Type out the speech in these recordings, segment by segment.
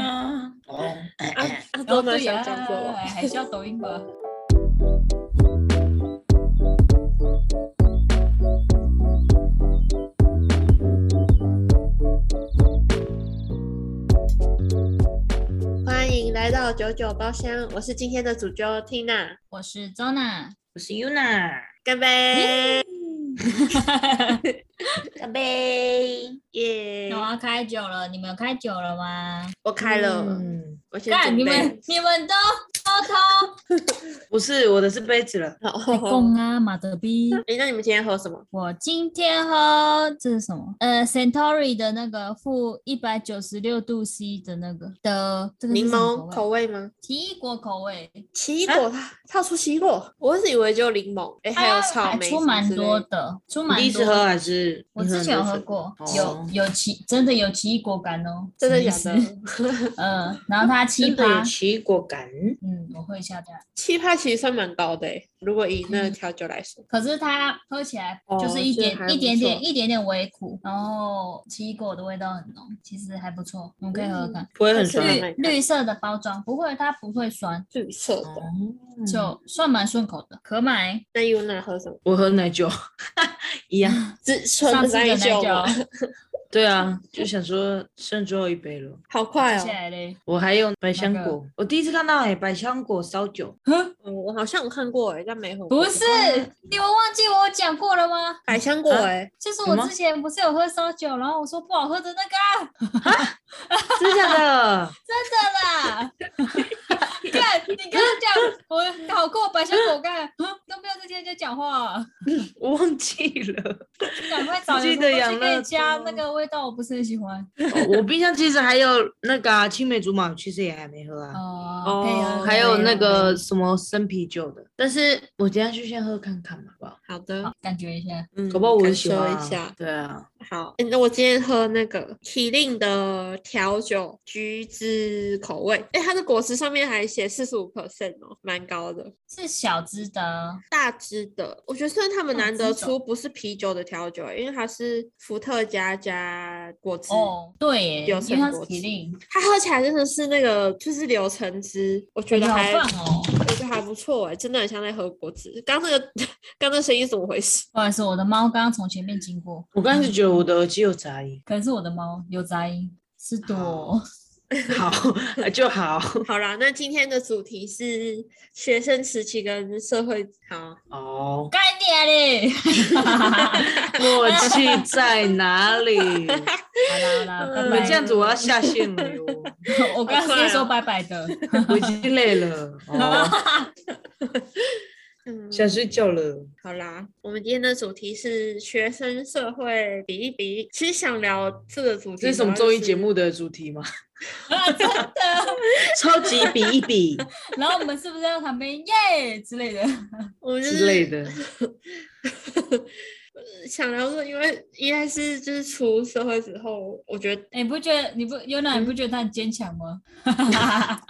啊哦哎么对呀想讲过我？还是要抖音吧。欢迎来到九九包厢，我是今天的主角 Tina， 我是 Zona，我是 Yuna，干杯！干杯！耶、那我要开酒了，你们有开酒了吗？我开了，嗯，我先干，准你备。们你们都偷偷不是我的是杯子了，好，供啊，马德比。哎、那你们今天喝什么？我今天喝这是什么？呃，Centauri 的那个负一百九十六度 C 的那个的这个是柠什么檬口口味，味吗？奇异果口味，奇异果，它它有出奇异果，我一直以为就柠檬，哎、还有草还莓，出蛮多。的，出蛮你第一次多喝啊的。还是？我之前有喝过，哦有有奇真的有奇异果感哦，真的假什么意思？的？ 嗯，然后它七 真的有趴，奇异果感，嗯，我会一下的。七趴其实算蛮高的、欸，如果以那个嗯调酒来说，可是它喝起来哦就是一所以点、还一不点错点一点点微苦，然后奇异果的味道很浓，其实还不错，我们可以喝喝看。不会很但是酸。对绿绿色的包装不会，它不会酸，绿色的。哦就算蛮顺口的，可买。那 Yuna 喝什么？我喝奶 酒，一样。只纯上的次的奶那酒吗，酒，对啊，就想说剩最后一杯了。好快接哦下！来嘞，我还有百香那个果，我第一次看到哎、百香果烧酒，嗯，我好像有看过哎、但没喝过。不是你们忘记我讲过了吗？百香果啊哎、就是什我么之前不是有喝烧酒，然后我说不好喝的那个、啊，真的假 的？真的啦。 看，你刚刚讲我搞过百香果干，嗯都没有这些就讲话、啊我忘记 了。赶快找记人得东养西可乐以加多那个味道，我不是很喜欢。哦我冰箱其实还有那个啊青梅竹马，其实也还没喝啊。哦可以喝还有那可个什么生啤酒的，但是我等一下去先喝看看嘛，好不好？好的，感觉一下，嗯搞不好我感很喜受欢、一下。对啊，好、诶那我今天喝那个麒麟的调酒，橘子口味。哎、它的果汁上面还写四十五 percent 哦，蛮高的，是小资的，大支的。我觉得算他们大难得支的出不是啤酒的调酒，欸因为它是伏特加加果汁。哦，对耶，有因为它成是果体汁力，它喝起来真的是那个，就是柳橙汁，我觉得感觉好还，棒哦。我觉得还不错哎、真的很像在喝果汁。刚那个， 刚那个声音是怎么回事？不好意思，我的猫刚刚从前面经过，我刚开始觉得我的耳机有杂 音，可能是我的猫有杂音，是朵。好就好 好啦，那今天的主题是学生时期跟社会。好， 哦，干你嘞！好啦 默契在哪里？好啦，你拜们拜。这样子我要下线了哟，我刚刚快直哦接说拜拜的。我已经累了，哦，嗯，想睡觉了。好啦，我们今天的主题是学生社会比一比。其实想聊这个主题，这是什么综艺节？目的主题吗？ 啊真的。超级比一比然后我们是不是在旁边耶之类的？我们就 之类是的，想聊这，因为应该是就是出社会之后，我觉得哎你不觉得你不尤娜，你不觉得他很坚强吗？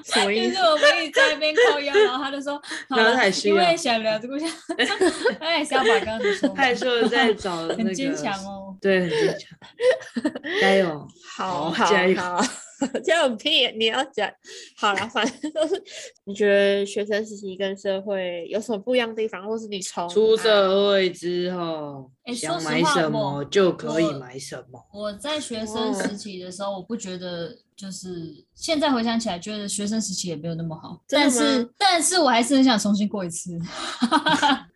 什么就意 是思？我们一直在那边靠腰，然后他就说，好然后了他也需因要为想聊这个， 他也是要把刚刚的说完，派说在找那很个，坚强 哦。对，很坚强，加油！好好好加油好， 加油屁！你要讲好了，反正就是 你觉得学生时期跟社会有什么不一样的地方，或是你从出啊社会之后，诶哎说想实买话什我么就可以我买什么。我在学生时期的时候，我不觉得，就是现在回想起来，觉得学生时期也没有那么好，真的但吗是但是我还是很想重新过一次，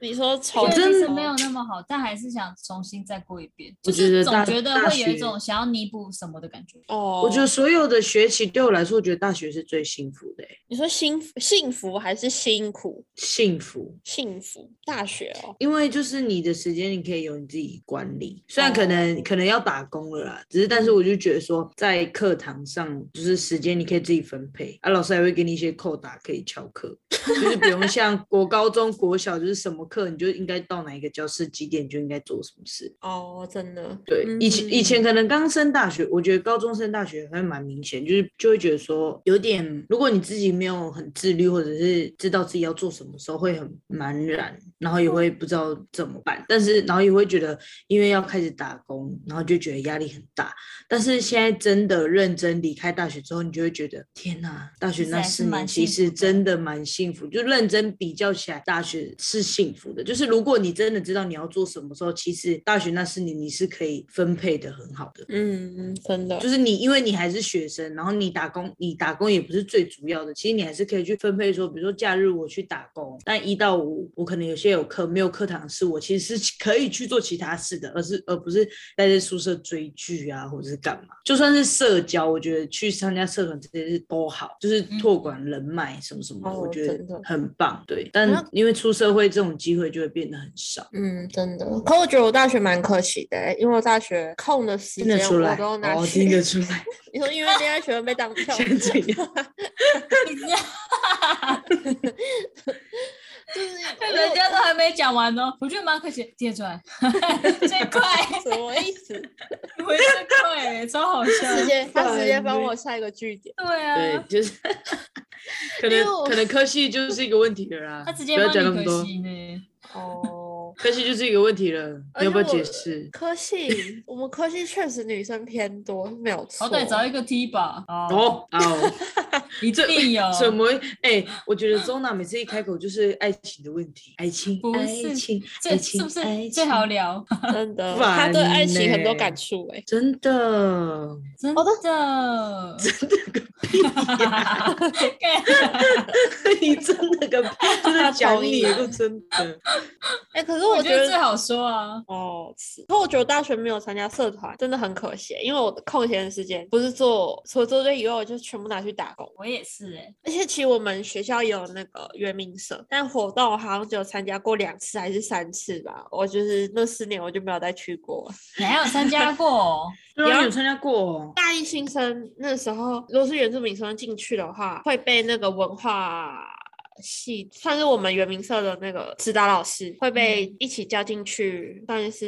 你说从虽然其真实的哦没有那么好，但还是想重新再过一遍，我就觉是得总大觉得大会有一学种想要弥补什么的感觉。哦，我觉得所有的学习对我来说，我觉得大学是最幸福的欸、你说幸福幸福还是辛苦？幸福。幸福大学哦，因为就是你的时间，你可以由你自己管理，虽然可能、哦可能要打工了啦，只是但是我就觉得说，在课堂上就是时间你可以自己分配，啊，老师还会给你一些扣打可以翘课，就是不用像国高中、国小就是什么课你就应该到哪一个教室几点就应该做什么事，哦，真的，对，以前以前嗯可能刚升大学，我觉得高中升大学还蛮明显，就是就会觉得说有点，如果你自己没有很自律，或者是知道自己要做什么时候会很茫然，然后也会不知道怎么办。但是然后也会觉得，因为要开始打工，然后就觉得压力很大。但是现在真的认真离开大学之后，你就会觉得天呐，大学其实那还是四蛮年幸其实福的真的蛮幸福。就认真比较起来，大学是幸福的。就是如果你真的知道你要做什么时候，其实大学那四年你是可以分配的很好的。嗯，真的就，是你，因为你还是学生，然后你打工，你打工也不是最主要的，其实你还是可以去分配说，比如说假日我去打工，但一到五我可能有些有课，没有课堂是我其实是可以去做其他事的，而是而不是待在宿舍追剧啊，或者是干嘛。就算是社交，我觉得去参加社团这些是都好，就是拓广人脉什么什么的，嗯哦我觉真得的很棒。对，但那因为出社会这种机会就会变得很少。嗯，真的。可我觉得我大学蛮可惜的、欸因为我大学空的时听得间出我来，都拿哦，去。听得出来，你说因为恋爱学会被当票，像这样。就是 人家都还没讲完呢，我觉得蛮可惜，听得出来，最快，什么意思？我最快，超好笑。直接他直接烦帮欸 我下一个据点。对对啊，，就是 可因为能我可能科系就是一个问题了啦。 他直接不要帮讲那么你多可，惜呢。哦，科系就是一个问题了，你要而且不要我解释？ 科系我们科系确实女生偏多，没有错。好歹哦找一个 T 吧，哦，哦哦， 一这定有，怎么会？哎，我觉得周娜每次一开口就是爱情的问题，爱情，不爱是情，爱这情，是不是爱最情好？ 聊？真的，烦欸他对爱情呢很多感触哎、真的， 真好的的，你真 的个屁，真的讲同意你啊都真的。哎、可是我我觉觉得得最好说啊。哦，是。可我觉得大学没有参加社团真的很可惜，因为我的空闲时间不是做除了做这以外，我就全部拿去打工。我也是哎，而且其实我们学校也有那个约民社，但活动我好像只有参加过两次还是三次吧。我就是那四年我就没有再去过了。你还有参加过？ 对啊，有你有参加过哦？大一新生那时候，如果是原住民生进去的话，会被那个文化系，算是我们原民社的那个指导老师，会嗯被一起叫进去，算是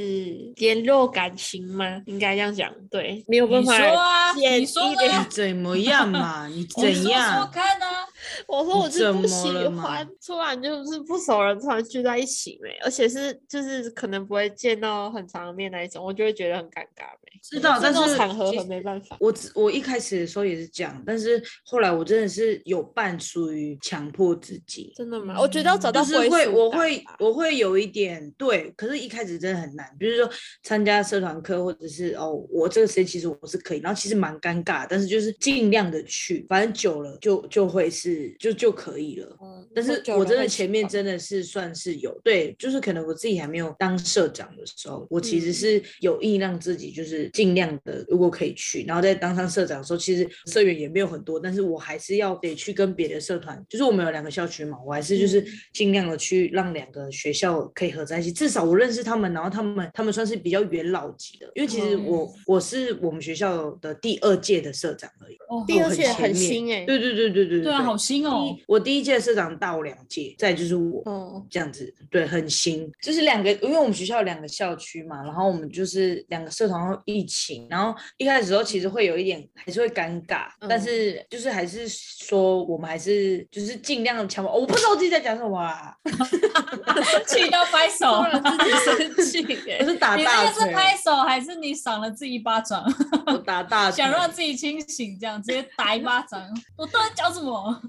联络感情吗？应该这样讲，对，没有办你法。说啊，见你说一呢点？你怎么样嘛？ 你你怎说说样？看啊？我说我是怎不么喜了嘛欢，突然就是不熟人突然聚在一起没，而且是就是可能不会见到很长的面那一种，我就会觉得很尴尬没。知道，这但种是场合其很没办法。我只我一开始的时候也是这样，但是后来我真的是有半属于强迫自己，真的吗？我觉得要找嗯到就是归会属我感会吧我会有一点对，可是一开始真的很难，比如说参加社团课或者是哦，我这个时间其实我是可以，然后其实蛮尴尬，但是就是尽量的去，反正久了就就会是就就可以了。嗯但会是久我了真会的习前面惯真的是算是有对，就是可能我自己还没有当社长的时候，我其实嗯是有意让自己就是尽量的，如果可以去，然后在当上社长的时候，其实社员也没有很多，但是我还是要得去跟别的社团，就是我们有两个校区嘛，我还是就是嗯尽量的去让两个学校可以合在一起，至少我认识他们，然后他们他们算是比较元老级的，因为其实哦我我是我们学校的第二届的社长而已，哦，第我二很届前很面新哎、对对对对对对啊，好新第哦一，我第一届社长大我两届，再就是我。 嗯，这样子，对，很新，就是两个，因为我们学校有两个校区嘛，然后我们就是两个社团会一起，然后一开始的时候其实会有一点，还是会尴尬，但嗯是就是还是说我们还是就是尽量强迫、哦我不知道我自己在讲什么啊， 气到拍手。自己生气哦 我哎，是打你大那个腿是，拍手还是你赏了自己一巴掌， 我打大腿，想让自己清醒，这样直接打一巴掌？ 我到底讲什么？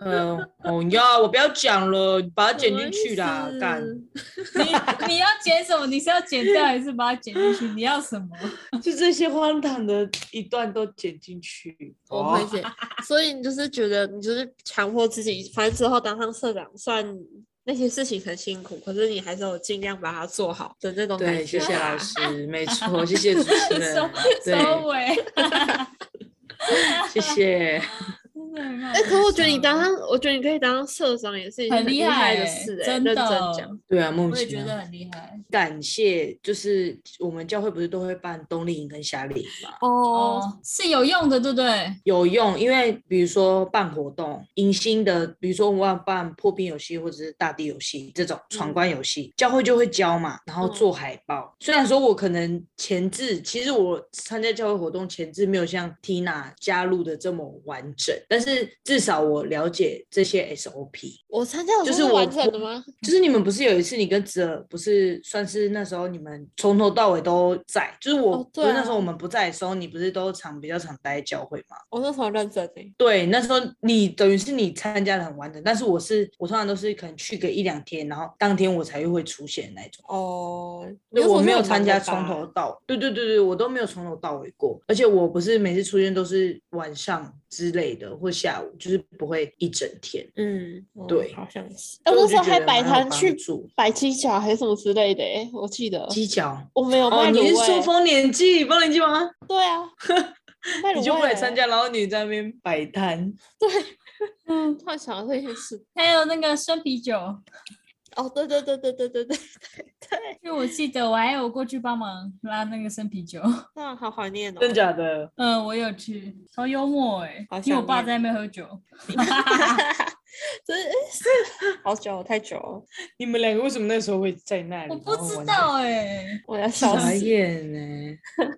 嗯，哦呀，我不要讲了，你把它剪什进么意去啦，思干。 你你要剪什么？你是要剪掉还是把它剪进去？你要什么？就这些荒唐的一段都剪进去。我会解，所以你就是觉得你就是强迫自己，反正之后当上社长，虽然那些事情很辛苦，可是你还是有尽量把它做好的那种感对，觉谢吧。谢老师，没错，谢谢主持收人，对，收尾，谢谢。真的很好哎、可我觉得你笑当上，我觉得你可以当上社长也是一件很很厉害害的欸事、欸，真认真的讲，对啊，莫名我也其觉得妙。很厉害。感谢，就是我们教会不是都会办冬令营跟夏令营嘛，哦，哦，是有用的，对不对？有用，因为比如说办活动，迎新的，比如说我们要办破冰游戏或者是大地游戏这种闯关游戏，教会就会教嘛，然后嗯做海报。虽然说我可能前置，其实我参加教会活动前置没有像缇娜加入的这么完整，但是至少我了解这些 SOP。我参加的时就候是我完整的吗？就是你们不是有一次你跟侄儿不是算是那时候你们从头到尾都在，就是我、哦不对是啊那时候我们不在的时候，你不是都常比较常待在教会吗？我那时候很认真欸诶、对，那时候你等于是你参加的很完整，但是我是我通常都是可能去个一两天，然后当天我才会出现那种。哦，你对，那时候我没是有很忙参加的从吧头到尾，对对对对，我都没有从头到尾过，而且我不是每次出现都是晚上之类的或下午，就是不会一整天。嗯，哦对好像是。所哎，以我那我就时候觉还得摆蛮有摊帮去助摆鸡脚还是什么之类的、欸，我记得鸡脚。我没有哦，卖你卤是哎味。欸说丰年祭、丰年祭吗？对啊， 我卖你卤就不味来欸参。加，然后你在那边摆摊。嗯，突然想到这件事。还有那个生啤酒，哦，对对对对对对对对对，因为我记得我还有过去帮忙拉那个生啤酒。那好怀念哎哦。真假的？嗯，我有去，超幽默哎、好因为想我爸念在那边喝酒。真是好久太久了，你们两个为什么那时候会在那里？我不然后知玩得道哎、我要笑傻死。眼呢、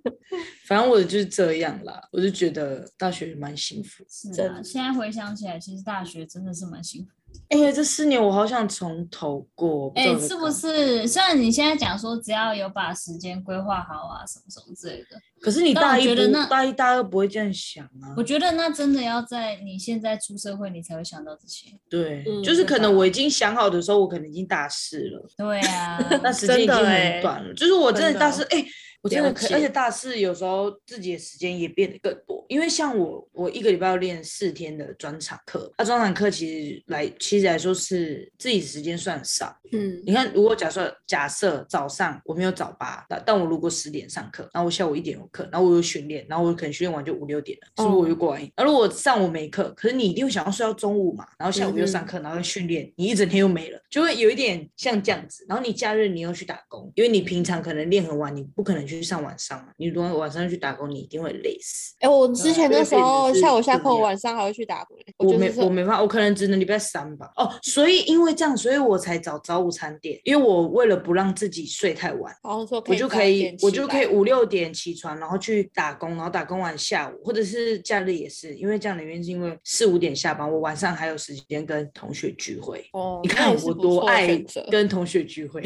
反正我就是这样啦，我就觉得大学蛮幸福。是真啊，现在回想起来，其实大学真的是蛮幸福。哎、这四年我好想从头过。哎、是知道在不干嘛？是？虽然你现在讲说只要有把时间规划好啊，什么什么之类的，可是你但我大一觉得不那大一大二不会这样想啊我。觉得那真的要在你现在出社会，你才会想到这些。对，嗯就是可对吧能我已经想好的时候，我可能已经大四了，对 啊，那时间已经真的很欸短了。就是我真真的的哦大四，哎、我真的了可以，解而且大四有时候自己的时间也变得更多，因为像我，我一个礼拜要练四天的专场课，那、专场课其实来其实来说是自己时间算少，嗯，你看，如果假设假设早上我没有早八，但但我如果十点上课，然后我下午一点有课，然后我有训练，然后我可能训练完就五六点了，是不哦是我就过来？那、如果上午没课，可是你一定会想要睡到中午嘛，然后下嗯午又上课，然后又训练，你一整天又没了，就会有一点像这样子。然后你假日你又去打工，因为你平常可能练很晚，你不可能去上晚上嘛，你如果晚上去打工，你一定会累死。哎、我之前对那所时以变成候呃是下午下这课，我样晚上还会去打工欸。我就没是说我没办法，我可能只能礼拜三吧。哦，所以因为这样，所以我才早早午餐店，因为我为了不让自己睡太晚。好像说可我以就早可一以点，我起就来可以五六点起床，然后去打工，然后打工完下午，或者是假日也是，因为这样的原因是因为四五点下班，我晚上还有时间跟同学聚会。哦，你那看也是我不多错的爱选择跟同学聚 会，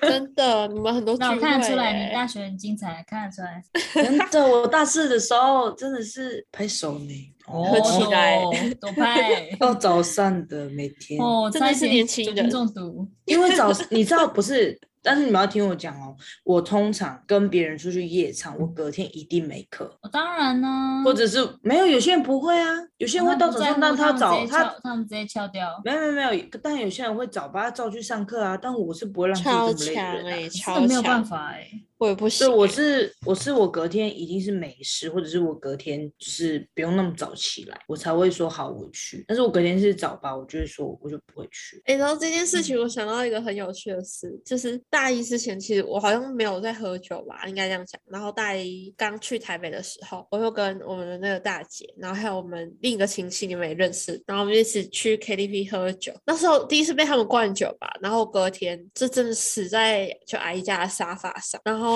真的，你们很多聚那会、我欸，看得出来你大学很精彩，看得出 来。真的，我大四的时候真的是拍手呢，合起哦，来哦，多 派。到早上的每天，哦，真的差一是点年轻酒精人中毒。因为早你知道不是，但是你们要听我讲哦，我通常跟别人出去夜场，我隔天一定没课，我哦当然呢、或者是嗯没有，有些人不会啊，有些人会他到不早在上，乎但他他们早直接他翘他们直接翘掉。没有没有没有，但有些人会早八照去上课啊，但我是不会让自己超这么累强的人啊、哎、这个超没有办强，法哎、我也不行所以欸、我是我是我隔天一定是没事，或者是我隔天就是不用那么早起来，我才会说好我去。但是我隔天是早八，我就会说我就不会去。哎、然后这件事情我想到一个很有趣的事，就是大一之前其实我好像没有在喝酒吧，应该这样讲。然后大一刚去台北的时候，我又跟我们的那个大姐，然后还有我们另一个亲戚，你们也认识，然后我们就一起去 KTV 喝酒。那时候第一次被他们灌酒吧，然后隔天这真的死在就阿姨家的沙发上。然后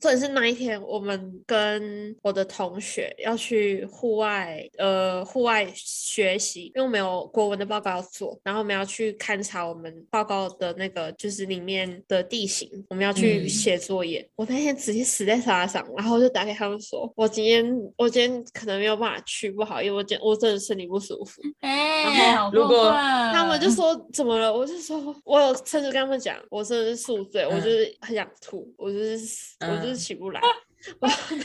重点是那一天，我们跟我的同学要去户外，呃，户外学习，因为我们有国文的报告要做，然后我们要去勘察我们报告的那个就是里面的地形，我们要去嗯写作业。我那天直接死在沙发上，然后我就打给他们说，我今天我今天可能没有办法去，不好意思，我今我真的身体不舒服。嗯哎、好如果过分他们嗯就说怎么了？我就说，我有趁着跟他们讲，我真的是宿醉，我就是很想吐，我就是死我就是嗯起不来。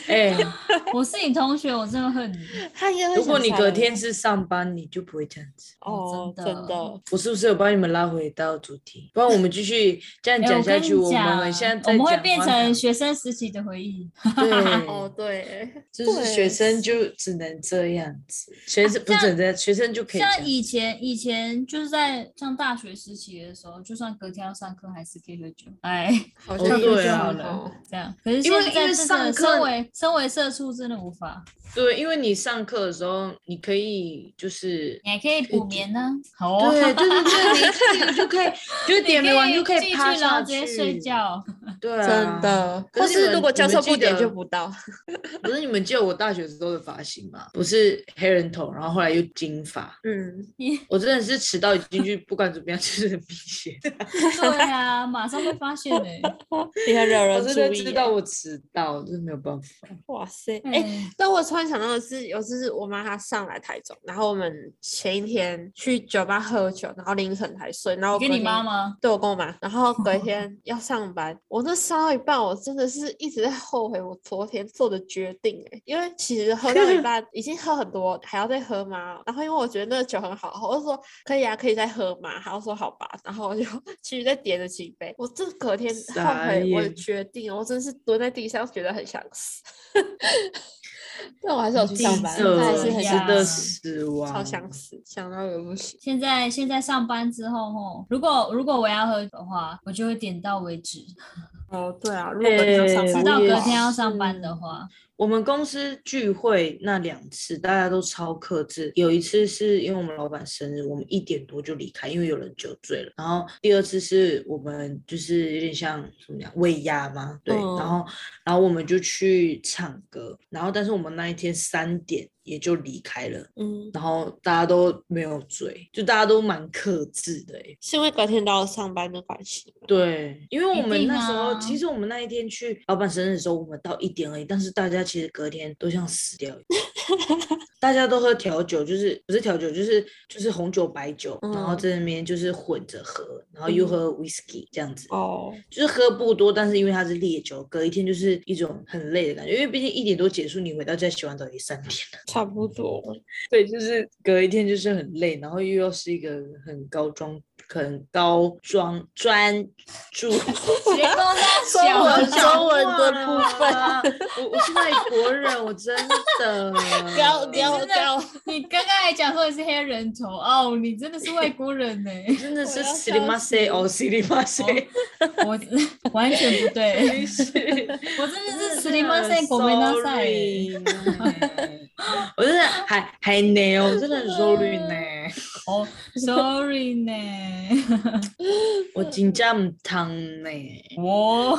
哎、 我是你同学，我真的恨你。他应该会如果想你杀隔我天是上班，你就不会这样子。哦，真真的的，我是不是有帮你们拉回到主题？不然我们继续这样哎讲我下跟去，你我讲，们现在我在们会讲变花成坛学生时期的回忆。哦 对，对，就是学对生就只能这样子，学生不像准这样，学生就可以这像样。以前，以前就是在上大学时期的时候，就算隔天要上课，还是可以喝酒。哎，好哦像喝有酒对就啊好可能了哦，这样。可是因为现因在为这上上的课身为身为社畜真的无法，对，因为你上课的时候，你可以就是你还可以补眠呢、好 哦，对对对对，你自己就可以，就是点名完就可进以去趴然下后直接睡 觉。对、啊，真。的，可或是你是们如果你教们授记不点得就不到，不是你们记得我大学时候的发型吗？不是黑人头，然后后来又金发，嗯，我真的是迟到进去，不管怎么样就是很明显。对啊，马上被发现了、哎你很惹我人真注的意啊知耶。道我迟到，真的没有办法。哇塞，哎、哎，那我突然想到的是，有次是我妈她上来台中，然后我们前一天去酒吧喝酒，然后凌晨才睡，然后我跟隔你妈天吗？对我跟我妈，然后 隔一天要上班，我那烧到一半，我真的是一直在后悔我昨天做的决定、欸，因为其实喝 到一半已经喝很多，还要再喝吗？然后因为我觉得那个酒很好喝，我就说可以啊，可以再喝嘛，她就说好吧，然后我就 去再点了几杯，我这隔天后傻悔我的眼决定，我真是蹲在地上觉得很想死， 但我还是有去上班，记但真的还者是很呀想值得死，死亡，超想死，想到也不行，现在现在上班之后吼，如果如果我要喝的话，我就会点到为止，哦，对啊，如果隔天要哎我上班直的到话，也隔天要上班的话，我们公司聚会那两次，大家都超克制。有一次是因为我们老板生日，我们一点多就离开，因为有人酒醉了。然后第二次是我们就是有点像怎么讲尾牙嘛，对。嗯然后然后我们就去唱歌，然后但是我们那一天三点也就离开了，嗯。然后大家都没有醉，就大家都蛮克制的、欸。是因为隔天都要上班的关系吗？对，因为一我们定那时候，啊其实我们那一天去老板生日的时候，我们到一点而已，但是大家其实隔天都像死掉一样， 大家都喝调酒，就是不是调酒，就是就是红酒、白酒，然后嗯这里面就是混着喝，然后又嗯喝 whisky 这样子，哦，就是喝不多，但是因为它是烈酒，隔一天就是一种很累的感觉，因为毕竟一点多结束，你回到家洗完澡也三点了，差不多。 对，就是隔一天就是很累，然后又要是一个很高装、很高装专注。结构 中在小文文中中文文的的部部分，我我是外国人，我真的不要不你要真不的要！你刚刚还讲说你是黑人头哦，你真的是外国人呢、真的是我要 s i l i m a 笑 s e 哦 s i l i m a s 哦 e 我完全不对，是。我真的是斯里曼塞国民大赛，哦我真的还还呢，我真的很 sorry 呢， 哦，sorry 呢， 我真正唔通呢， 我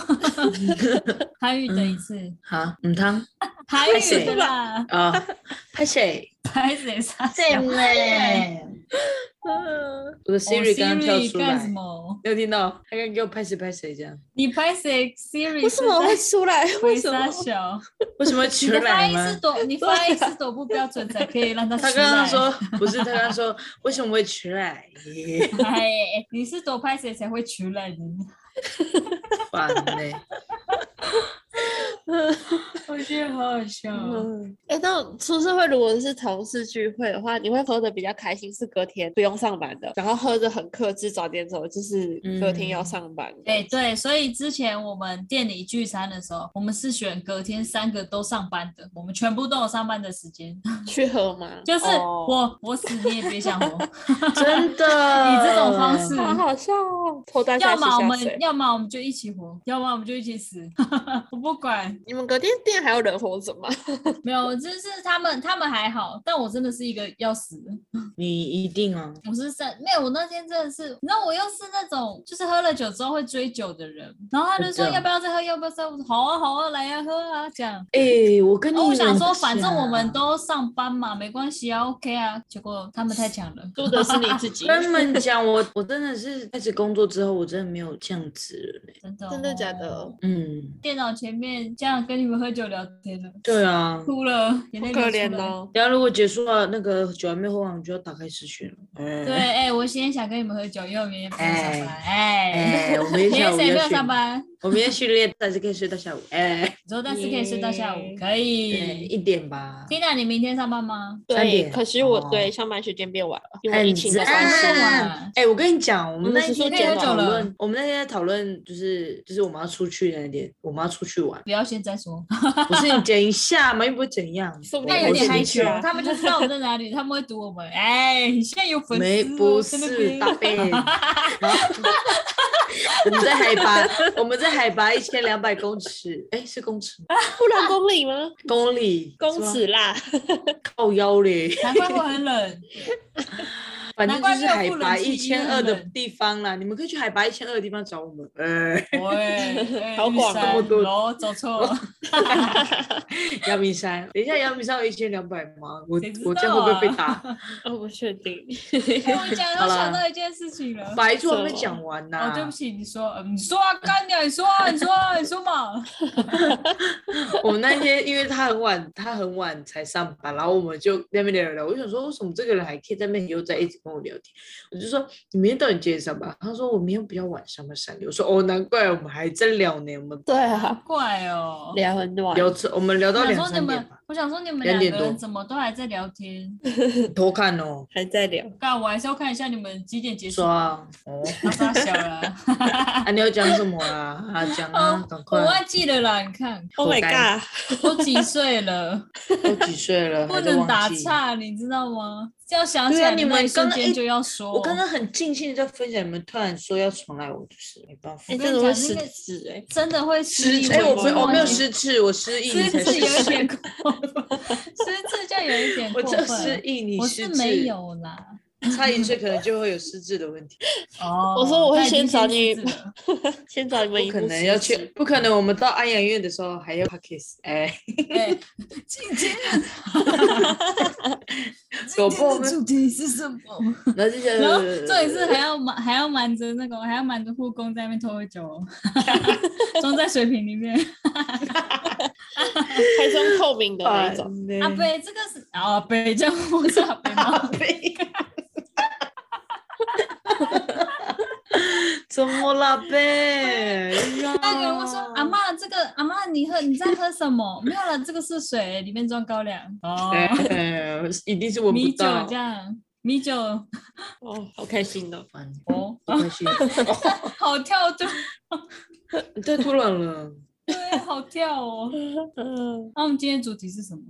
韩语等一次，哈唔通韩语的啦，啊，拍谁？拍谁啥对笑？嗯 我的哦 Siri 刚刚跳 Siri 出干什来，么？你有听到？他刚给我拍谁拍谁这样？你拍谁？Siri 为什么会是出来？ 在为为什啥么？笑？为什么你出的发来音吗？是多，你发音是多不标准才可以 让他出他来。刚刚说不是，他刚刚说为什么会起来？ 耶哎，你是多拍谁才会出来的？ 烦呢。我觉得好好笑哦。哎、那出社会如果是同事聚会的话，你会喝的比较开心，是隔天不用上班的，然后喝的很克制，早点走，就是隔天要嗯上班的。哎、对，所以之前我们店里聚餐的时候，我们是选隔天三个都上班的，我们全部都有上班的时间， 去喝吗？就是哦我、我死你也别 想活，真 的，以这种方式好好笑哦，拖大家 要一起么我下们水。要么我们就一起活，要么我们就一起死， 我不管。 你们隔天店还有人活着吗？没有，就是他们他们还好，但我真的是一个要死的。你一定啊，我是真没有，我那天真的是，你知道我又是那种就是喝了酒之后会追酒的人，然哦后他就我说懂要不要再喝，要不要再喝，我说好啊好啊，来呀、喝啊这样。哎、我跟你然哦后我想们说，反正我啊们讲都上班嘛，没关系啊，OK 啊。结果他们太强了，输的是你自己。跟你们讲，我我真的是开始工作之后，我真的没有这样子了呢。真 的、哦真的假 的？？嗯，电脑前面这样跟你们喝酒聊天了，对啊。哭了，眼泪好流可出怜来。哦，然后如果结束了那个酒还没喝完，我就要打开视讯了。哎对，，哎、我今天想跟你们喝酒，因为我明天不用上班，哎、哎、 我明天明天下午谁没有要上训，班？我明天训练，但是可以睡到下午。哎、之后但是可以睡到下午耶，可对以。一点吧。 Tina，你明天上班吗？三对，点可是我哦对上班时间变晚了，因为很疫情的关 系。啊赞！哎、我跟你讲，我们嗯那是一说天可以在喝酒讨了。论，我们那天在讨论，就是就是我们要出去那一天，我们要出去玩不要现在说，不是 你剪一下嘛，又不会怎样。说不我定那我我有点是害你进去羞去啊。他们就知道我们在哪里，他们会堵我们。哎，你现在有粉丝哦、 没不在那是边大贝，然后我们在海拔，我们在海拔一千两百公尺，哎，是公尺吗不然公里吗？公 里公是吗尺啦， 靠腰嘞，难怪会 很冷。反正就是难怪海没有拔不能一去医千院二的冷地方啦，你们可以去海拔一千二的地方找我们。呃， 喂，哎好广这么多楼哦走错了，阳明山，等一下，阳明山有一千两百吗？我谁知我这样会不道啊会被打？我哦不确定。 哎我讲 好都啦想到一件事情了。白兔还没什么讲完呢、哦，对不起，你说，嗯你说啊，干掉，你说啊，你说啊，你说嘛。 我们那天因为他很晚，他很晚才上班，然后我们就在那边聊聊聊。我就想说，为什么这个人还可以在那边悠哉一直跟我聊天？我就说你明天到底几点上班？他说我明天比较晚上班三点。我说哦，难怪我们还在聊呢，我们对啊，怪哦。聊很暖，聊这，我们聊到我想两说你三点们吧，，我想说你们两两点个人多怎么都还在聊天？偷看哦，还在聊。干，我还是要看一下你们几点结束说。啊，哦，他傻小了，啊你要讲什么啦？啊讲啊哦，赶 我快，忘记了啦，你看 Oh my 活该 god！都几岁了，都几岁了不还在能打忘记。岔，哦你知道吗？这样想起对啊来，你那们一瞬刚刚间一就要说。我刚刚很尽兴的在分享，你们突然说要重来，我就是没办法哎，跟。你真的会讲失那个职哎，真的会失忆，哎、我不不，会我没有失失智，我失忆，你失才智失有一智 点过分，失智就有一点我过这失分。忆，你我失是智，没有啦。差一岁可能就会有失智的问题，哦我说我会他已经先找失你智了先找你们不一可部能失要职去，不可能我们到安养院的时候 还要 p a k i s 哎，哎， 今天狗今不天的主题是什么？那这些然后重点是还要瞒，还要瞒着那个，还要瞒着护工在那边偷酒，哦 装在水瓶 里面。 开装透明的那一种。烦呢阿 北，这个是啊，北这样我是阿北阿吗？贝。 怎么了呗？ 那个人会哦说：“阿妈，这个阿妈，你喝你在喝什么？没有了，这个是水，里面装高粱哦，哎，一定是闻不米酒到这。样，米酒哦，好开心 哦！烦哦，不 开心，好跳就你太突然了。对，好跳哦。嗯，那我们今天主题是什么？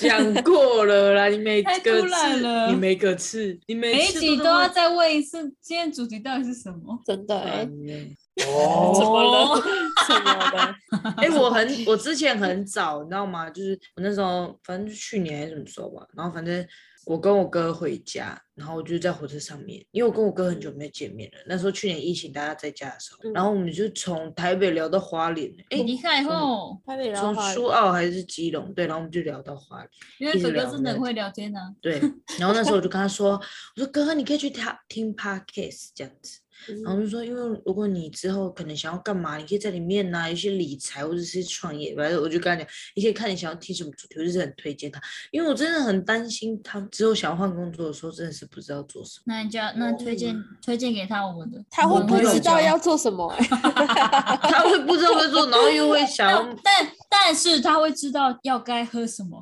讲过了啦，你每太个突然次了你每个次，你每每一次集都都那么要再问一次，今天主题到底是什么？真的哎，烦呢怎啊哦，么了？怎么了？哎，我很，我之前很早，你知道吗？就是我那时候，反正是去年还是什么时候吧，然后反正我跟我哥回家，然后我就在火车上面，因为我跟我哥很久没有见面了。那时候去年疫情大家在家的时嗯候，然后我们就从台北聊到花莲，哎，离开以后，台北从的话，苏澳还是基隆，对，然后我们就聊到花莲。因为一直哥聊哥真没的有很会聊天啊呢、对，然后那时候我就跟他说，我说哥哥，你可以去听听 podcast 这样子。嗯然后就说，因为如果你之后可能想要干嘛，你可以在里面呐、一些理财或者是创业，反正我就跟他讲，你可以看你想要听什么主题，我就是很推荐他，因为我真的很担心他之后想要换工作的时候，真的是不知道做什么。那你就要那哦推荐推荐给他我们的，他会我们不会知教道要做什么哎？他会不知道会做，然后又会想但 要，但但是他会知道要该喝什么，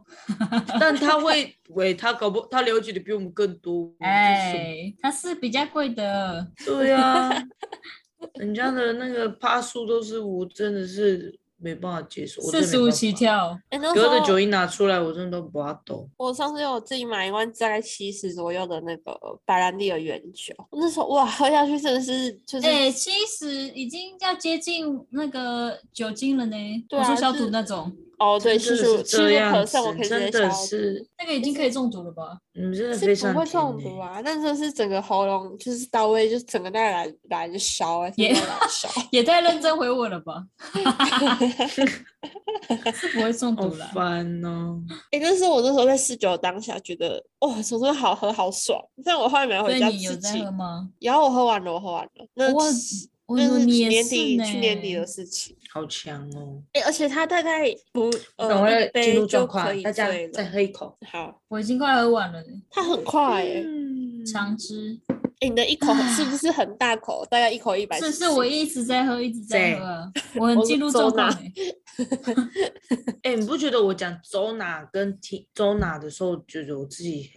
哦但他会，喂，他搞不，他了解的比我们更多。哎，哎，他是比较贵的，对 呀、人家的那个趴数都是我真的是没办法接受，我真四的没十五办起法。跳，哦哎，那时隔的酒候一拿出来，我真的都不要抖。我上次有自己买一罐大概七十左右的那个白兰地的原酒，那时候哇，喝下去真的是就是哎，七十已经要接近那个酒精了呢。对我啊说消毒是那种，哦，对，真七的十是七这十样 percent 我子可以，直接真消的毒是，那个已经可以中毒了吧？你们真的非是常不会甜中毒欸啊，但是是整个喉咙就是到位，就整个那来来就烧啊，也也来烧。 也太认真回我了吧？是不会中好毒啊了。烦哦！哎、但是我那时候在试酒当下觉得，哇，总真的好喝好爽。但我后来买所回以家你有自在己喝，吗？然后我喝完了，我喝完了。那哇是我那说是你去也年是底去年呢底的事情。好强哦！哎、而且它大概不赶快呃一进入杯状就可况，以大家醉再了。喝一口。好，我已经快喝完了呢，它很快哎、欸哎嗯长汁。你的一口是不是很大口？大概一口一百。是是，我一直在喝，一直在对喝啊，我很我进入走状况哪欸。哎，你不觉得我讲周娜跟听周娜的时候，觉得我自己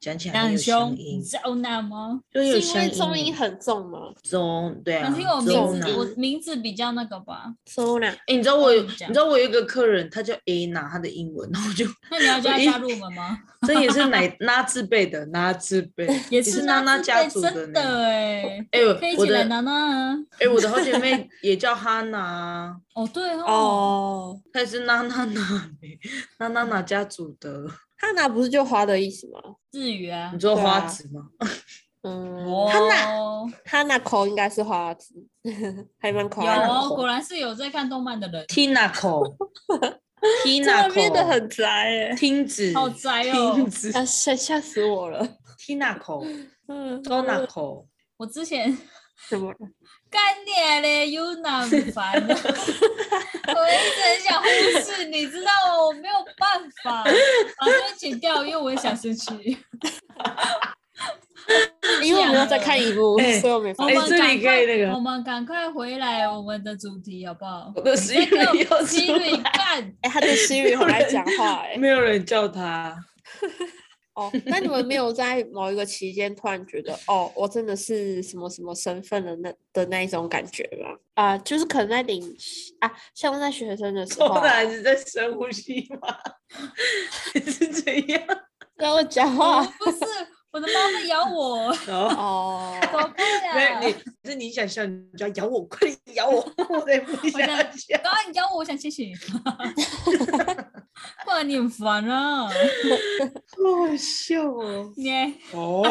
讲起来那很有很凶，乡音你，知道那吗？就是有是因为乡中音音欸很重吗？中，对啊，可是因为我中名啊字，我名字比较那个吧。中呢？欸你知道我有，嗯你这样知道我有一个客人，他叫 Anna，他的英文， 然后我就那你要叫他加入我们吗？这也是 奶拉字辈的拉字辈，也是娜娜娜娜家族的真的呢。哎，哎、可以一我起来的娜娜啊。哎、我的好姐妹也叫哈娜，啊哦，对哦，哦，她也是娜娜娜 妹，娜娜娜家族的。汉娜不是就花的意思吗？日语啊你，做对花啊子吗？嗯，汉娜哦，汉娜口音应该是花子， 还蛮可有爱的。哦，果然是有在看动漫的人， Tina 口真，Tina 的变得口，很宅哎、听子，好宅哦听子啊吓吓死我了！ ，Tina 口嗯， ，Donna 口，我之前什么？干你啊嘞，Yuna 很烦啊，我一直很想忽视，你知道吗我没有办法，把这个剪掉，因为我也想生气。 因为我们要再看一幕，哎所以我没我发们哎这现。赶里可快，以那个我们赶快回来我们的主题好不 好我？的 s 那 i 个 r 要出 Siri 来，干，哎、他对 Siri 很爱讲话哎、没有人叫他。哦，那你们没有在某一个期间突然觉得，哦，我真的是什么什么身份的那的那一种感觉吗？啊、就是可能在领啊，像在学生的时候偷啊，懒是在深呼吸吗？ 是怎样？跟我讲哦我话不是我的猫在咬我，然后哦，怎么办没有呀？你，是你想笑，你就要咬我，快点咬 我，我才不想想笑。刚刚你咬我，我想谢谢你， 不然你很烦啊。好好笑哦！耶、 哦，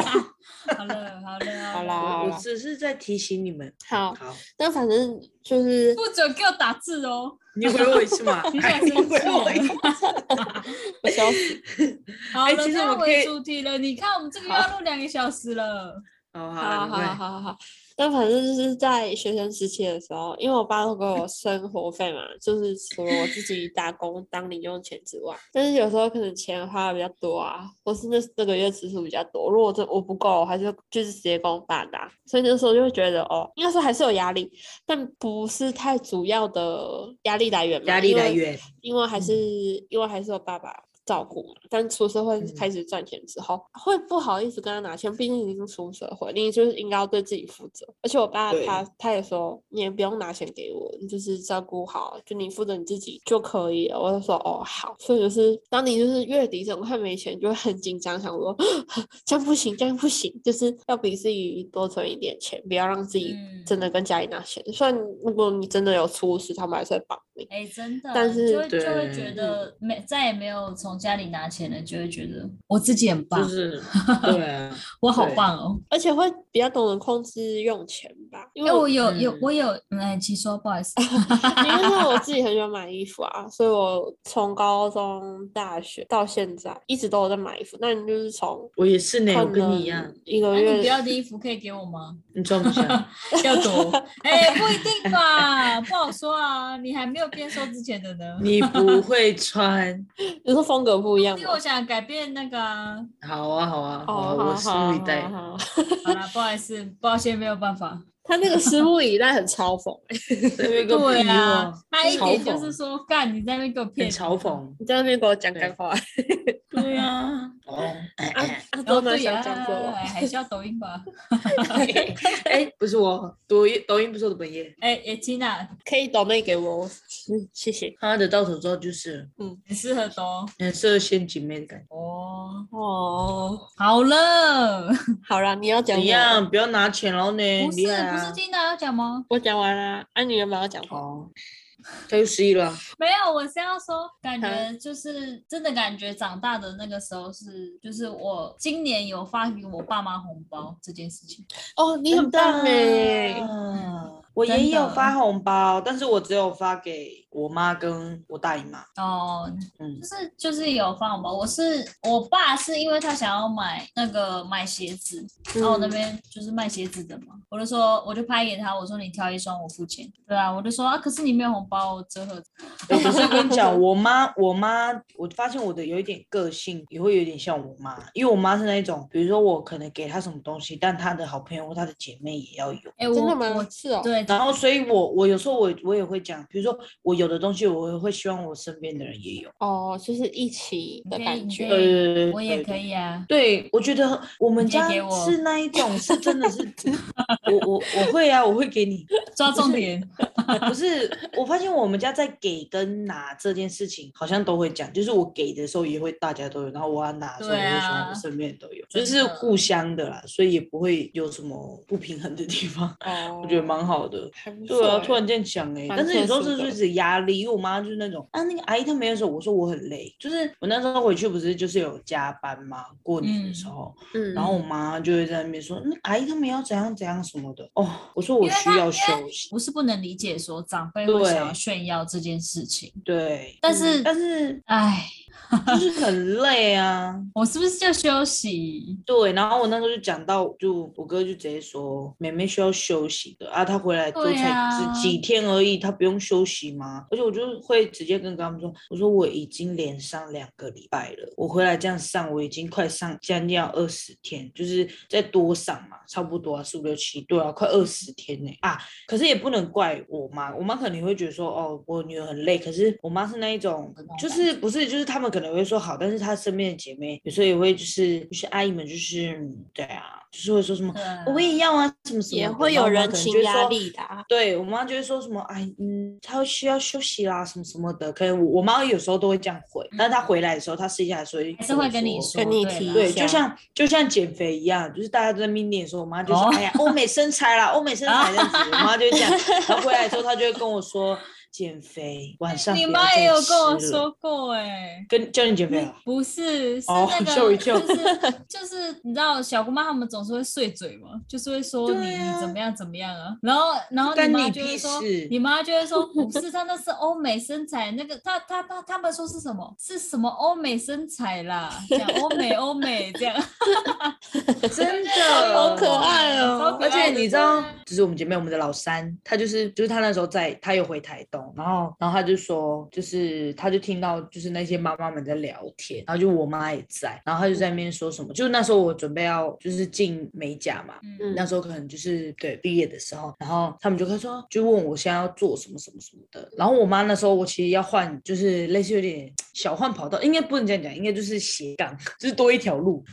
好了好了好啦我只是在提醒你们。 好，好，那反正就是不准给我打字哦！你回我一次嘛你想你生气回我一次。了？我消失，好哎了，其实这样我可以回主题了。你看，我们这个又要录两个小时了。好好好好好好，好好。那反正就是在学生时期的时候，因为我爸都给我生活费嘛，就是除了我自己打工当零用钱之外，但是有时候可能钱花的比较多啊，或是那那个月支出比较多。如果这我不够，我还是就是直接跟我爸拿。所以那时候就会觉得哦，应该说还是有压力，但不是太主要的压力来源嘛。压力因为来源因为还嗯是、因为还是有爸爸照顾嘛。但出社会嗯开始赚钱之后，会不好意思跟他拿钱，毕竟已经出社会，你就是应该要对自己负责。而且我爸对他他也说，你也不用拿钱给我，你就是照顾好，就你负责你自己就可以了。我就说哦好，所以就是当你就是月底整快没钱，就会很紧张，想说 这样不行，这样不行，就是要比自己多存一点钱，不要让自己嗯真的跟家里拿钱。虽然如果你真的有出事，他们还是会帮你。哎、真的，但是就会就会对觉得没再也没有从家里拿钱了，就会觉得我自己很棒，就是 对啊，我好对棒哦。而且会比较懂得控制用钱吧，因因为为我我有有嗯我有，嗯，哎其实说不好意思，因为像我自己很喜欢买衣服啊，所以我从高中、大学到现在一直都有在买衣服。那你就是从我也是呢，可我跟能你一样，一个那你不月，要的衣服可以给我吗？你装不下。要 多？哎、不一定吧， 不好说啊。你还没有变瘦之前的呢。你不会穿，你说风格不一样因为吗我？想改变那 个、啊，好啊好啊，好啊哦，我好拭目以待。好好好好啦，不好意思，抱歉，没有办法。他那个拭目以待很嘲讽、欸，对对啊，他一点哦嘲就讽是说，干你在那边给我很骗，嘲。讽。你在那边给我讲干话，对 啊，哦，啊啊，然后都蛮对想呀、讲这我。哎还是要抖 音吧。哎，不是我，抖音抖音不是我的本业。哎、哎，Tina 可以抖妹给我，嗯谢谢。他的到手之后就是很适合抖很适合陷阱妹的感觉。哦。哦，好了，好啦，你要讲怎什么样？不要拿钱喽呢？不很是、厉害不啊是 Tina 要讲吗？我讲完啦，啊，你原本要讲话，哦，他又失忆了。啊没有，我是要说，嗯感觉就是真的感觉长大的那个时候是，就是我今年有发给我爸妈红包这件事情。哦，你很棒哎、嗯，我也有发红包，但是我只有发给我妈跟我大姨妈。哦，嗯就，是就是有发红包，我是我爸是因为他想要买那个买鞋子，然后我那嗯边就是卖鞋子的嘛，我就说我就拍给他，我说你挑一双我付钱，对啊，我就说啊，可是你没有红包，我折合我可是跟你讲，我妈，我妈，我发现我的有一点个性，也会有点像我妈，因为我妈是那种，比如说我可能给她什么东西，但她的好朋友或她的姐妹也要有。哎、真我的吗？我是哦，对对，然后，所以我我有时候我我也会讲，比如说我有的东西，我会希望我身边的人也有。哦，就是一起的你可以感你觉可以。呃，我也可。以啊。对，我觉得我们你可以家给我是那一种，是真的是，我我我会啊，我会给你。抓重点，不是，我发现我们家在给跟拿这件事情，好像都会讲，就是我给的时候也会大家都有，然后我要拿的时候，我对会希望啊我身边人都有，就真是的互相的啦，所以也不会有什么不平衡的地方，哦，我觉得蛮好的。还不错对啊，欸突然间想哎、蛮但是有时候特殊是的就是压力，因为我妈就是那种啊，那个阿姨她没的时候，我说我很累，就是我那时候回去不是就是有加班嘛，过年的时嗯候，嗯，然后我妈就会在那边说，那阿姨他们要怎样怎样什么的，哦，我说我因为需她要因为休息，不是不能理解说长辈会对想要炫耀这件事情，对，嗯但是，但是哎，就是很累啊。我是不是就休息？对，然后我那时候就讲到，就我哥就直接说，妹妹需要休息的啊，她回来就对才啊只几天而已，她不用休息吗？而且我就会直接跟他们说，我说我已经连上两个礼拜了，我回来这样上，我已经快上将近要二十天，就是再多上嘛，差不多啊，四五六七，对啊，快二十天呢、啊！可是也不能怪我妈，我妈可能会觉得说，哦，我女儿很累，可是我妈是那一种那种，就感是不是就是他们可能会说好，但是她身边的姐妹有时候也会就是就是阿姨们就是嗯对啊，就是会说什么、对嗯啊我也要啊什么什么的，也会然后有我妈人可能情就会压说力的啊。对我妈就会说什么，哎，嗯，她需要休息啦，什么什么的。可能我我妈有时候都会这样回，但是她回来的时候，她私底下所以还是会跟你说，跟你对提啦对，一下就像就像减肥一样，就是大家都在命令的时候，我妈就说：“哦哎呀，欧美身材啦，欧美身材这样子。”我妈就会这样，然后回来之后，她就会跟我说：“减肥，晚上你不要妈再也有吃跟我了说，过哎、跟叫你减肥啊。不是，是哦那个，吓我一跳 就是就是，你知道小姑妈她们总是会碎嘴嘛，就是会说你、对啊你怎么样怎么样啊，然后然后你干妈你就会屁说事，你妈就会说不是，她那是欧美身材，那个她她她她们说是什么？是什么欧美身材啦？讲欧 美欧美这样，”真 的，好可爱哦超可而且爱的你知道，就是我们姐妹，我们的老三，她就是就是她那时候在，她有回台东，然后然后她就说，就是她就听到就是那些妈妈们在聊天，然后就我妈也在，然后她就在那边说什么，就是那时候我准备要就是进美甲嘛。嗯嗯，那时候可能就是对毕业的时候，然后他们就会说，就问我现在要做什么什么什么的。然后我妈那时候我其实要换，就是类似有点小换跑道，应该不能这样讲，应该就是斜杠，就是多一条路。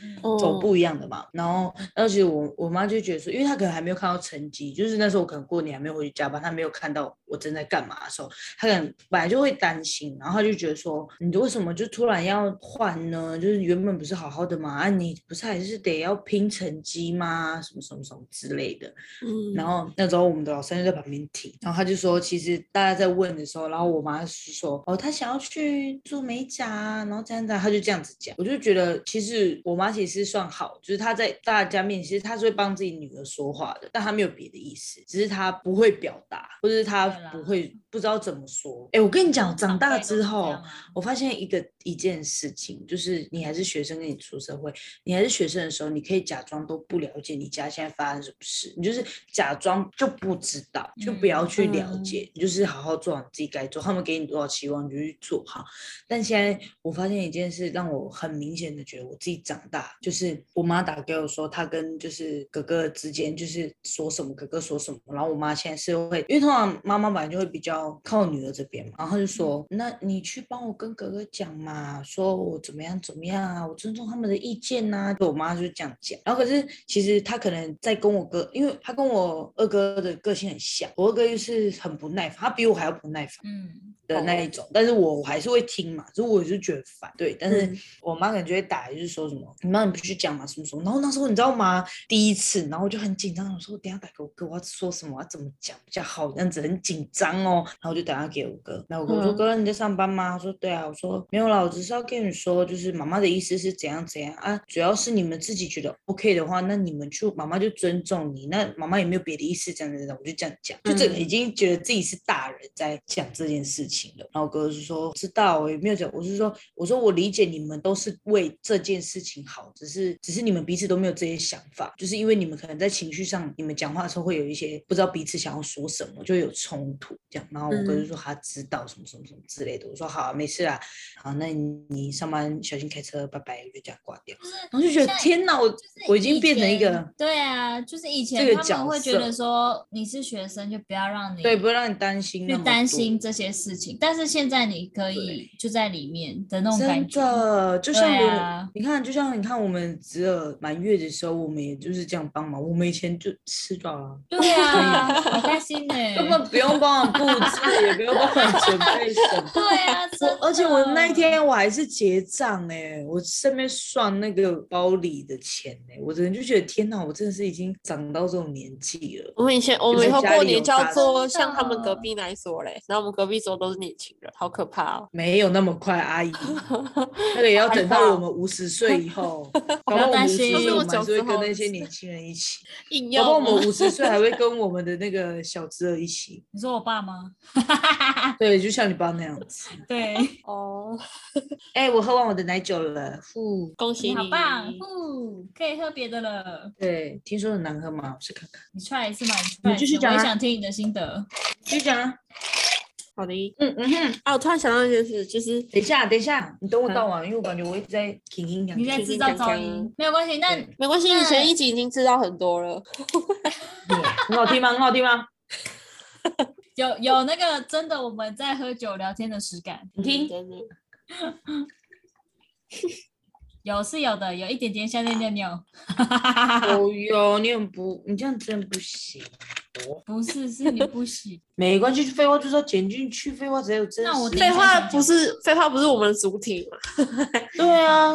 走嗯不一样的嘛。然后，当时我我妈就觉得说，因为她可能还没有看到成绩，就是那时候我可能过年还没有回去加班，她没有看到我正在干嘛的时候，她可能本来就会担心，然后她就觉得说，你为什么就突然要换呢？就是原本不是好好的嘛，啊，你不是还是得要拼成绩吗？什么什么什么之类的。嗯，然后那时候我们的老师就在旁边听，然后他就说，其实大家在问的时候，然后我妈是说，哦，她想要去做美甲啊，然后这样子啊，她就这样子讲，我就觉得其实我妈其实算好，就是她在大家面前，其实她是会帮自己女儿说话的，但她没有别的意思，只是她不会表达，或者是她对啦不会不知道怎么说。哎，我跟你讲，长大之后。长辈都是这样啊我发现一个一件事情，就是你还是学生，跟你出社会，你还是学生的时候，你可以假装都不了解你家现在发生什么事，你就是假装就不知道，就不要去了解，你就是好好做好你自己该做，他们给你多少期望你就去做好。但现在我发现一件事，让我很明显的觉得我自己长大，就是我妈打给我说，她跟就是哥哥之间就是说什么哥哥说什么，然后我妈现在是会，因为通常妈妈本来就会比较靠女儿这边嘛，然后她就说，那你去帮我跟哥哥讲嘛，说我怎么样怎么样啊，我尊重他们的意见呐、我妈就这样讲，然后可是其实她可能在跟我哥，因为她跟我二哥的个性很像，我二哥又是很不耐烦，他比我还要不耐烦。嗯，的那一种，但是我我还是会听嘛，所以我就觉得烦，对。但是嗯我妈可能就会打，就是说什么，你妈你不去讲嘛，什么什么。然后那时候你知道吗？第一次，然后我就很紧张，我说我等一下打给我哥，我要说什么，我要怎么讲比较好，这样子很紧张哦。然后我就打电话给我哥，然后我哥说、嗯哥你在上班吗？他说对啊，我说没有啦，我只是要跟你说，就是妈妈的意思是怎样怎样啊，主要是你们自己觉得 OK 的话，那你们就妈妈就尊重你，那妈妈也没有别的意思，这样子，这样我就这样讲，就这个嗯已经觉得自己是大人在讲这件事情了。然后我哥就说知道，我也没有讲，我是说，我说我理解你们都是为这件事情好，只是只是你们彼此都没有这些想法，就是因为你们可能在情绪上，你们讲话的时候会有一些不知道彼此想要说什么，就会有冲突这样。然后我哥就嗯说他知道什么什么什么之类的，我说好、啊，没事啊，好，那你你上班小心开车，拜拜，我就这样挂掉。就是然后就觉现得在天哪，我就是我已经变成一个以前对啊，就是以前这个他们会角色觉得说你是学生，就不要让你对，不会让你担心那去么担心多。这些事情，但是现在你可以就在里面的那种感真觉，的，就像对我、啊你看，就像你看，我们只有满月的时候，我们也就是这样帮忙。我们以前就吃到了、对啊，好开心呢、 根本不用帮我布置，也不用帮我准备 什么。对啊， 真我而且我那一的天我还是结账哎、我顺便算那个包里的钱哎、我真的就觉得天哪，我真的是已经长到这种年纪了。我们以前，我就们以是后家过里有年就要大做人像他们隔的壁那一桌嘞，然后我们隔壁桌都是年轻人，好可怕哦！没有那么快，阿 姨，那个也要等到我们五十岁以 后，搞不好我们五十不要担心岁我们还是会跟那些年轻人一起，硬搞不要好我我们五十岁还会跟我们的那个小侄儿一起，你说我爸吗？对，就像你爸那样子。对，哦，哎、我喝完我的奶酒了，呼，恭喜你好 你！棒，呼，可以喝别的了。对，听说很难喝吗？我去看看，你出来一次嘛，你出来一次，你继续讲啊我也想听你的心得。继续讲啊，好的嗯嗯哼，啊！我突然想到一件事，就是等一下，等一下，你等我到完，因为我感觉我一直在停停你在制造噪听听音，没有关系。那啊对没关系，以那前一集已经知道很多了。很好听吗？很好听吗？有有那个真的我们在喝酒聊天的实感，你嗯听，真的，有是有的，有一点点像尿尿尿，哦哟，你很不，你这样真不行。不是是你不洗。没关系，废话就是要剪进去，废话才有真实。那我等一废下话再不讲是废话不是我们的主体嘛？对啊，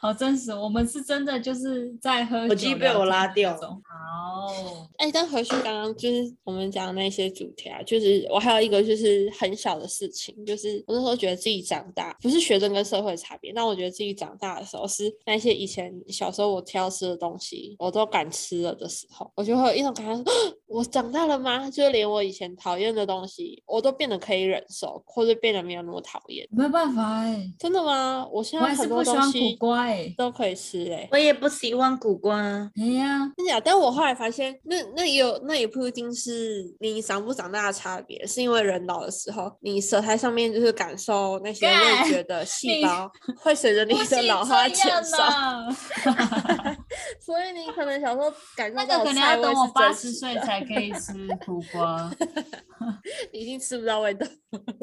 好真实，我们是真的就是在喝酒。耳机被我拉掉了。好，哎，但回去刚刚就是我们讲的那些主题啊，就是我还有一个就是很小的事情，就是我那时候觉得自己长大，不是学生跟社会的差别，但我觉得自己长大的时候是那些以前小时候我挑吃的东西，我都敢吃了的时候，我就会有一种感觉，我长大了吗？就连我以前讨厌的东西，我都变得可以忍受，或者变得没有那么讨厌。没有办法哎、真的吗？我现我在还是很不多喜东欢苦西瓜哎、 都可以吃哎、我也不喜欢苦瓜。哎呀，真假？但我后来发现，那那也有，那也不一定是你长不长大的差别，是因为人老的时候，你舌苔上面就是感受那些干味觉的细你 胞会随着你不的行老化这减样少，呐， 所以你可能小时 候感受那到个的可能菜要味等我是八真十实岁的才可以吃苦 瓜，已经吃不到 味道。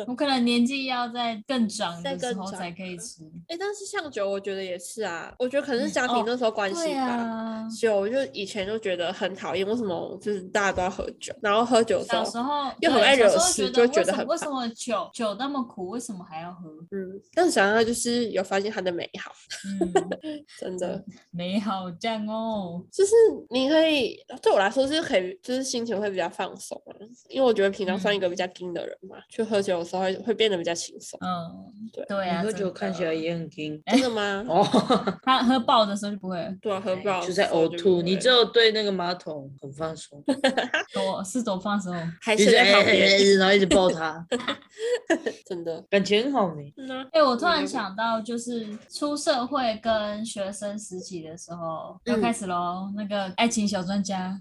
我可能年纪要在更长再的时更候长才可以吃。哎，但是像酒，我觉得也是啊，我觉得可能是家哦庭那时候关系对吧。啊，酒就以前就觉得很讨厌，为什么就是大家都要喝酒，然后喝酒的时小候，时候又很对爱小惹时候事就会觉觉得为什很么为什么酒酒那么苦，为什么还要喝？嗯，但是想到就是有发现它的美好， 嗯，真的。美好酱哦，就是你可以对我来说是可以，就是心情会比较放松啊，因为我觉得平常算一嗯个比较硬的人嘛，去喝酒的时候会会变得比较轻松。嗯，对对你啊，哎喝真酒看起的来也很硬真的吗？哦，他喝爆的时候就不会了对啊，喝不好就在哦呕吐。你只有对那个马桶很放 松，多是多放手，哎、还就是是在哎哎旁哎边，，然后一直抱 他，真的。感情很好呢。嗯哎我突然嗯想到，就是出社会跟学生时期的时候，要嗯开始喽。那个爱情小专家，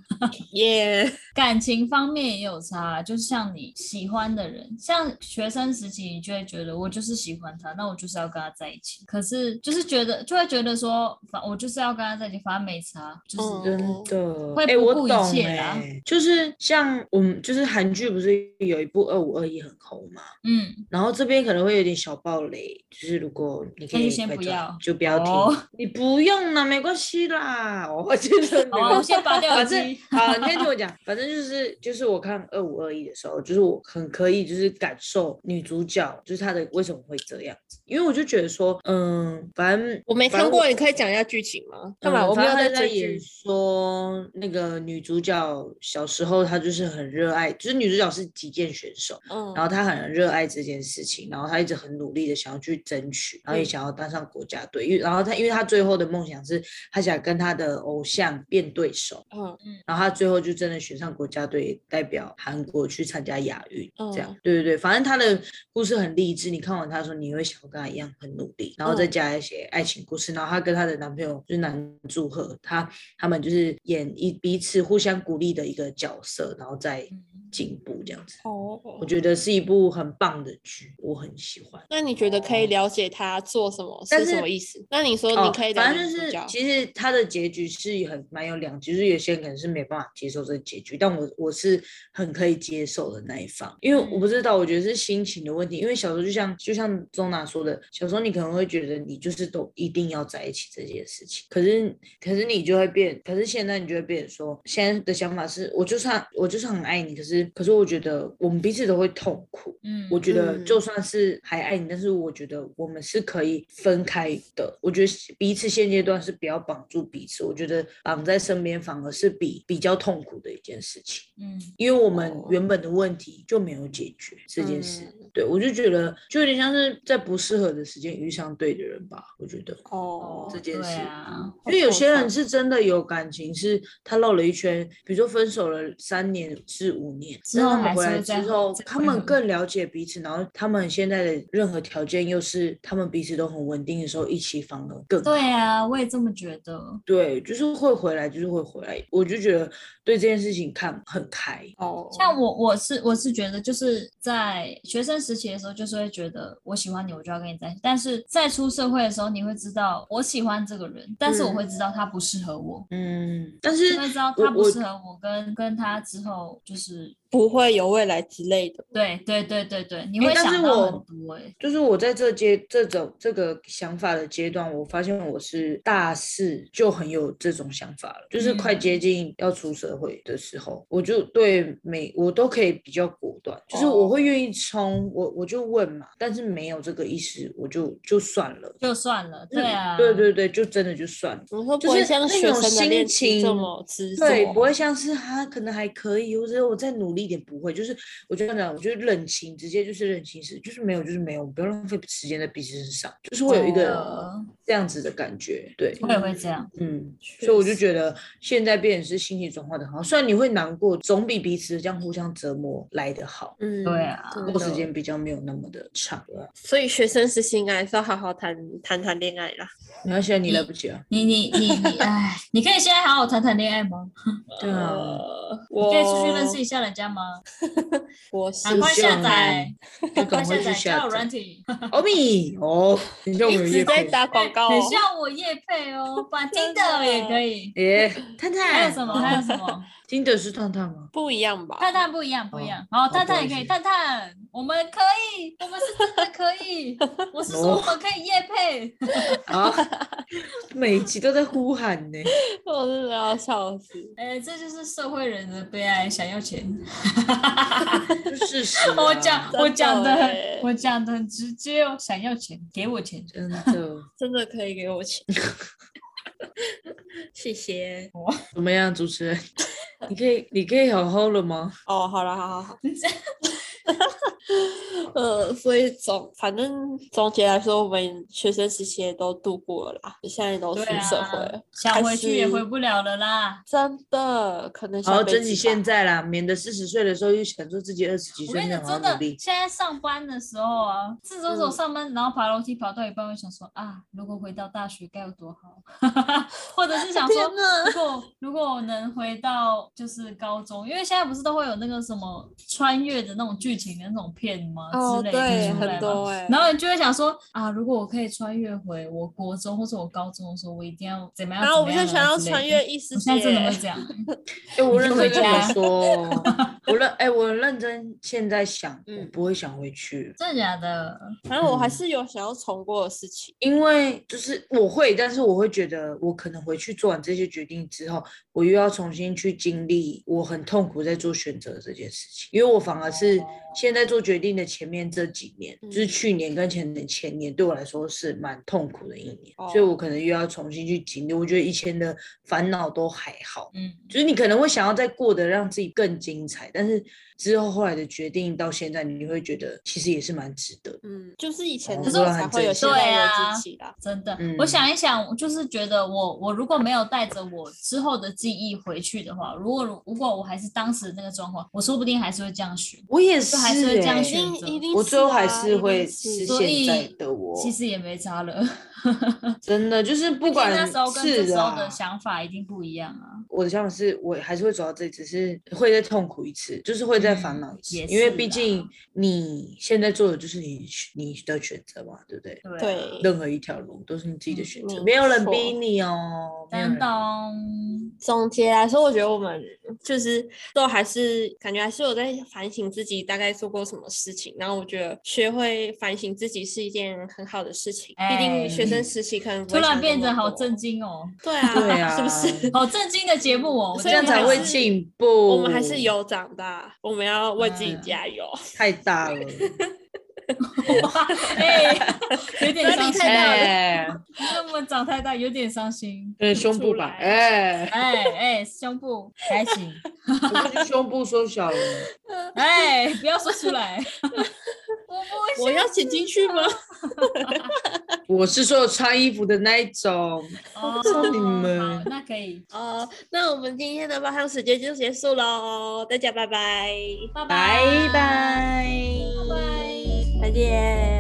耶，感情方面也有差，就是像你喜欢的人，像学生时期，你就会觉得我就是喜欢他，那我就是要跟他在一起。可是就是觉得就会觉得说，反我就是要跟他在一起，反正没差，就是、嗯真的，哦会哎、不我顾一懂切哎、啦就是像我们，就是韩剧不是有一部二五二一很红嘛，嗯，然后这边可能会有点小暴雷，就是如果你可那以就先快不转要就不要听，哦你不用啦，没关系啦， 我觉得没好、啊，我关系。先拔掉耳 反正机。啊，你先听我讲，反正就是就是我看二五二一的时候，就是我很可以就是感受女主角就是她的为什么会这样子，因为我就觉得说，嗯，反正 我没反正看过，你可以讲一下剧情吗？干嘛？嗯我没有反正他追演剧。说那个女主角小时候她就是很热爱，就是女主角是击剑选手，嗯，然后她很热爱这件事情，然后她一直很努力的想要去争取，然后也嗯想要当上国家队，因为然后她因为她最后的梦想是她想跟她的偶像变对手，嗯然后她最后就真的选上国家队，代表韩国去参加亚运，这样嗯对对对，反正她的故事很励志，你看完她的时候，你会想要跟她一样很努力，然后再嗯加一些爱情故事，然后她跟她的男朋友就是男祝贺，她他们就是演一彼此互相鼓励的一个角色，然后再嗯进步这样子。我哦，觉得是一部很棒的剧，我很喜欢。那你觉得可以了解他做什么哦但是什是么意思？那你说哦你可以了反解正就主是角，其实它的结局是很蛮有两极，就是有些人可能是没办法接受这个结局，但我我是很可以接受的那一方，因为我嗯不知道，我觉得是心情的问题。因为小时候就像就像钟娜说的，小时候你可能会觉得你就是都一定要在一起这件事情，可是可是你就会变，可是现在你就会变成说，现在的想法是我就算我就是很爱你，可是可是我觉得我们彼此都会痛苦，嗯，我觉得就嗯算是还爱你，但是我觉得我们是可以分开的。我觉得是彼此现阶段是不要绑住彼此，我觉得绑在身边反而是比比较痛苦的一件事情，嗯，因为我们哦嗯原本的问题就没有解决这件事。对我就觉得就有点像是在不适合的时间遇上对的人吧，我觉得。哦这，件对事嗯啊，因为有些好人惆是真的有感情，是他绕了一圈，比如说分手了三年至五年，之但后他们还回是来会之再后再，他会们很更了解彼此，然后他们现在的任何条件又是他们彼此都很稳定的时候，一起反而更好对啊，我也这么觉得。对，就是会回来，就是会回来。我就觉得对这件事情看很开，哦，像我，我是我是觉得，就是在学生时期的时候，就是会觉得我喜欢你，我就要跟你在一起。但是在出社会的时候，你会知道我喜欢这个人，但是我会知道他不适合我，嗯，但就是会知道嗯我他不我适合我跟跟他之后就是不会有未来之类的。对对对对对，你诶会但是想到我很多哎、就是我在这阶这种这个想法的阶段，我发现我是大四就很有这种想法了，就是快嗯接近要出社会的时候，我就对每我都可以比较果断，就是我哦会愿意冲，我我就问嘛，但是没有这个意识，我就就算了。就算了，就是对啊，对对对，就真的就算了。我说就不会是像那学种生的心恋情这情么执着，对，不会像是他可能还可以，或者我再努力一点，不会。就是我就这样讲，我就认清，直接就是认清事，就是没有，就是没有，不要浪费时间在彼此身上，就是会有一个呃，这样子的感觉。对，我也会这样，嗯，确所以我就实觉得现在变成是心理转化的好，虽然你会难过，总比彼此这样互相折磨来的好。嗯，对啊真工作时的间比较没有那么的长了，所以学生时期应该还是要好好谈谈谈恋爱啦。没关系啊，你来不及啊。你你你你，哎，你可以现在好好谈谈恋爱吗？对啊，呃，你我可以出去认识一下人家吗？我是赶快这下样载，就赶快赶快下去载下交友载软体。欧米哦，你像我一们直乐在队打广告、很哦，像我叶配哦，把真 Tinder 的也可以。耶，探探还有什么？还有什么？金的是探探吗？不一样吧？探探不一样，不一样。好，探探也可以，探探，我们可以，我们是真的可以。我是说我们可以叶配。 啊，每集都在呼喊呢。我真的要笑死。呃，这就是社会人的悲哀，想要钱。 就事实啊、我讲，我讲的真的很欸，我讲的很直接哦，想要钱，给我钱。真的真的可以给 我钱。谢谢怎么样，主持人？ 你可以，你可以好好了吗？哦，好了，好好好。 呃，所以总反正总结来说，我们学生时期也都度过了啦，现在都出对啊社会了，想回去也还是回不了了啦。真的可能好下好辈珍子惜吧哦现在啦，免得四十岁的时候又想说自己二十几我岁跟你没有讲，好真好努的，力。现在上班的时候啊，自从嗯我上班，然后爬楼梯爬到一半，会想说啊，如果回到大学该有多好， 或者是想说，天哪如果如果我能回到就是高中，因为现在不是都会有那个什么穿越的那种剧情的那种片吗？哦，之类对，的出来很嘛。多哎、然后你就会想说啊，如果我可以穿越回我国中或者我高中的时候，我一定要怎么样？然后啊我怎们么就样想要怎穿么样之类的越。一时我现在真的会姐，这样，哎、我认真回跟你家们说 哦，我认哎、我认真现在想，我嗯不会想回去，真的假的？反正我还嗯是有想要重过的事情。因为就是我会，但是我会觉得我可能回去做完这些决定之后，我又要重新去经历我很痛苦在做选择这件事情，因为我反而是现在做决定的前面这几年，就是嗯去年跟前年前年对我来说是蛮痛苦的一年，所以哦我可能又要重新去经历。我觉得以前的烦恼都还好，嗯，就是你可能会想要再过得让自己更精彩，但是之后后来的决定到现在，你会觉得其实也是蛮值得的。嗯，就是以前哦的时不候然才很会有正现常在对的啊自己啦。真的，嗯我想一想，我就是觉得我我如果没有带着我之后的记忆回去的话，如果如果我还是当时那个状况，我说不定还是会这样选。我也、就是欸，还是会这样一选定择一定是啊、我最后还一是定会是是所现在以的我，其实也没差了。真的就是不管那时候跟这是时候啊的，想法一定不一样啊。我的想法是我还是会走到这里，只是会再痛苦一次，就是会再烦嗯恼一次，也因为是毕啦竟你现在做的就是你你的选择嘛，对不对？对啊对，任何一条路都是你自己的嗯选择，没没有人错逼你哦。没有丹人东，总结来说，我觉得我们就是都还是感觉还是有在反省自己大概做过什么事情，然后我觉得学会反省自己是一件很好的事情，毕哎竟学生时期可能不突会然想变那得么好多震，惊哦， 对啊，对啊是不是？好震惊的节目 哦，我这所以样我们才还会是进步。我们还是有长大，我们要为自己嗯加油。太大了，哇，哎，有点压伤力心，太大了哎，那么长太大，有点伤心。对胸部吧，哎，哎哎，胸部还行，我最近胸部缩小了， 哎，不要说出来，我不我要写进去吗？我是说穿衣服的那一种。哦，送你们好，那可以， 哦，那我们今天的八汤时间就结束喽，大家拜拜，拜拜拜拜。拜。再见。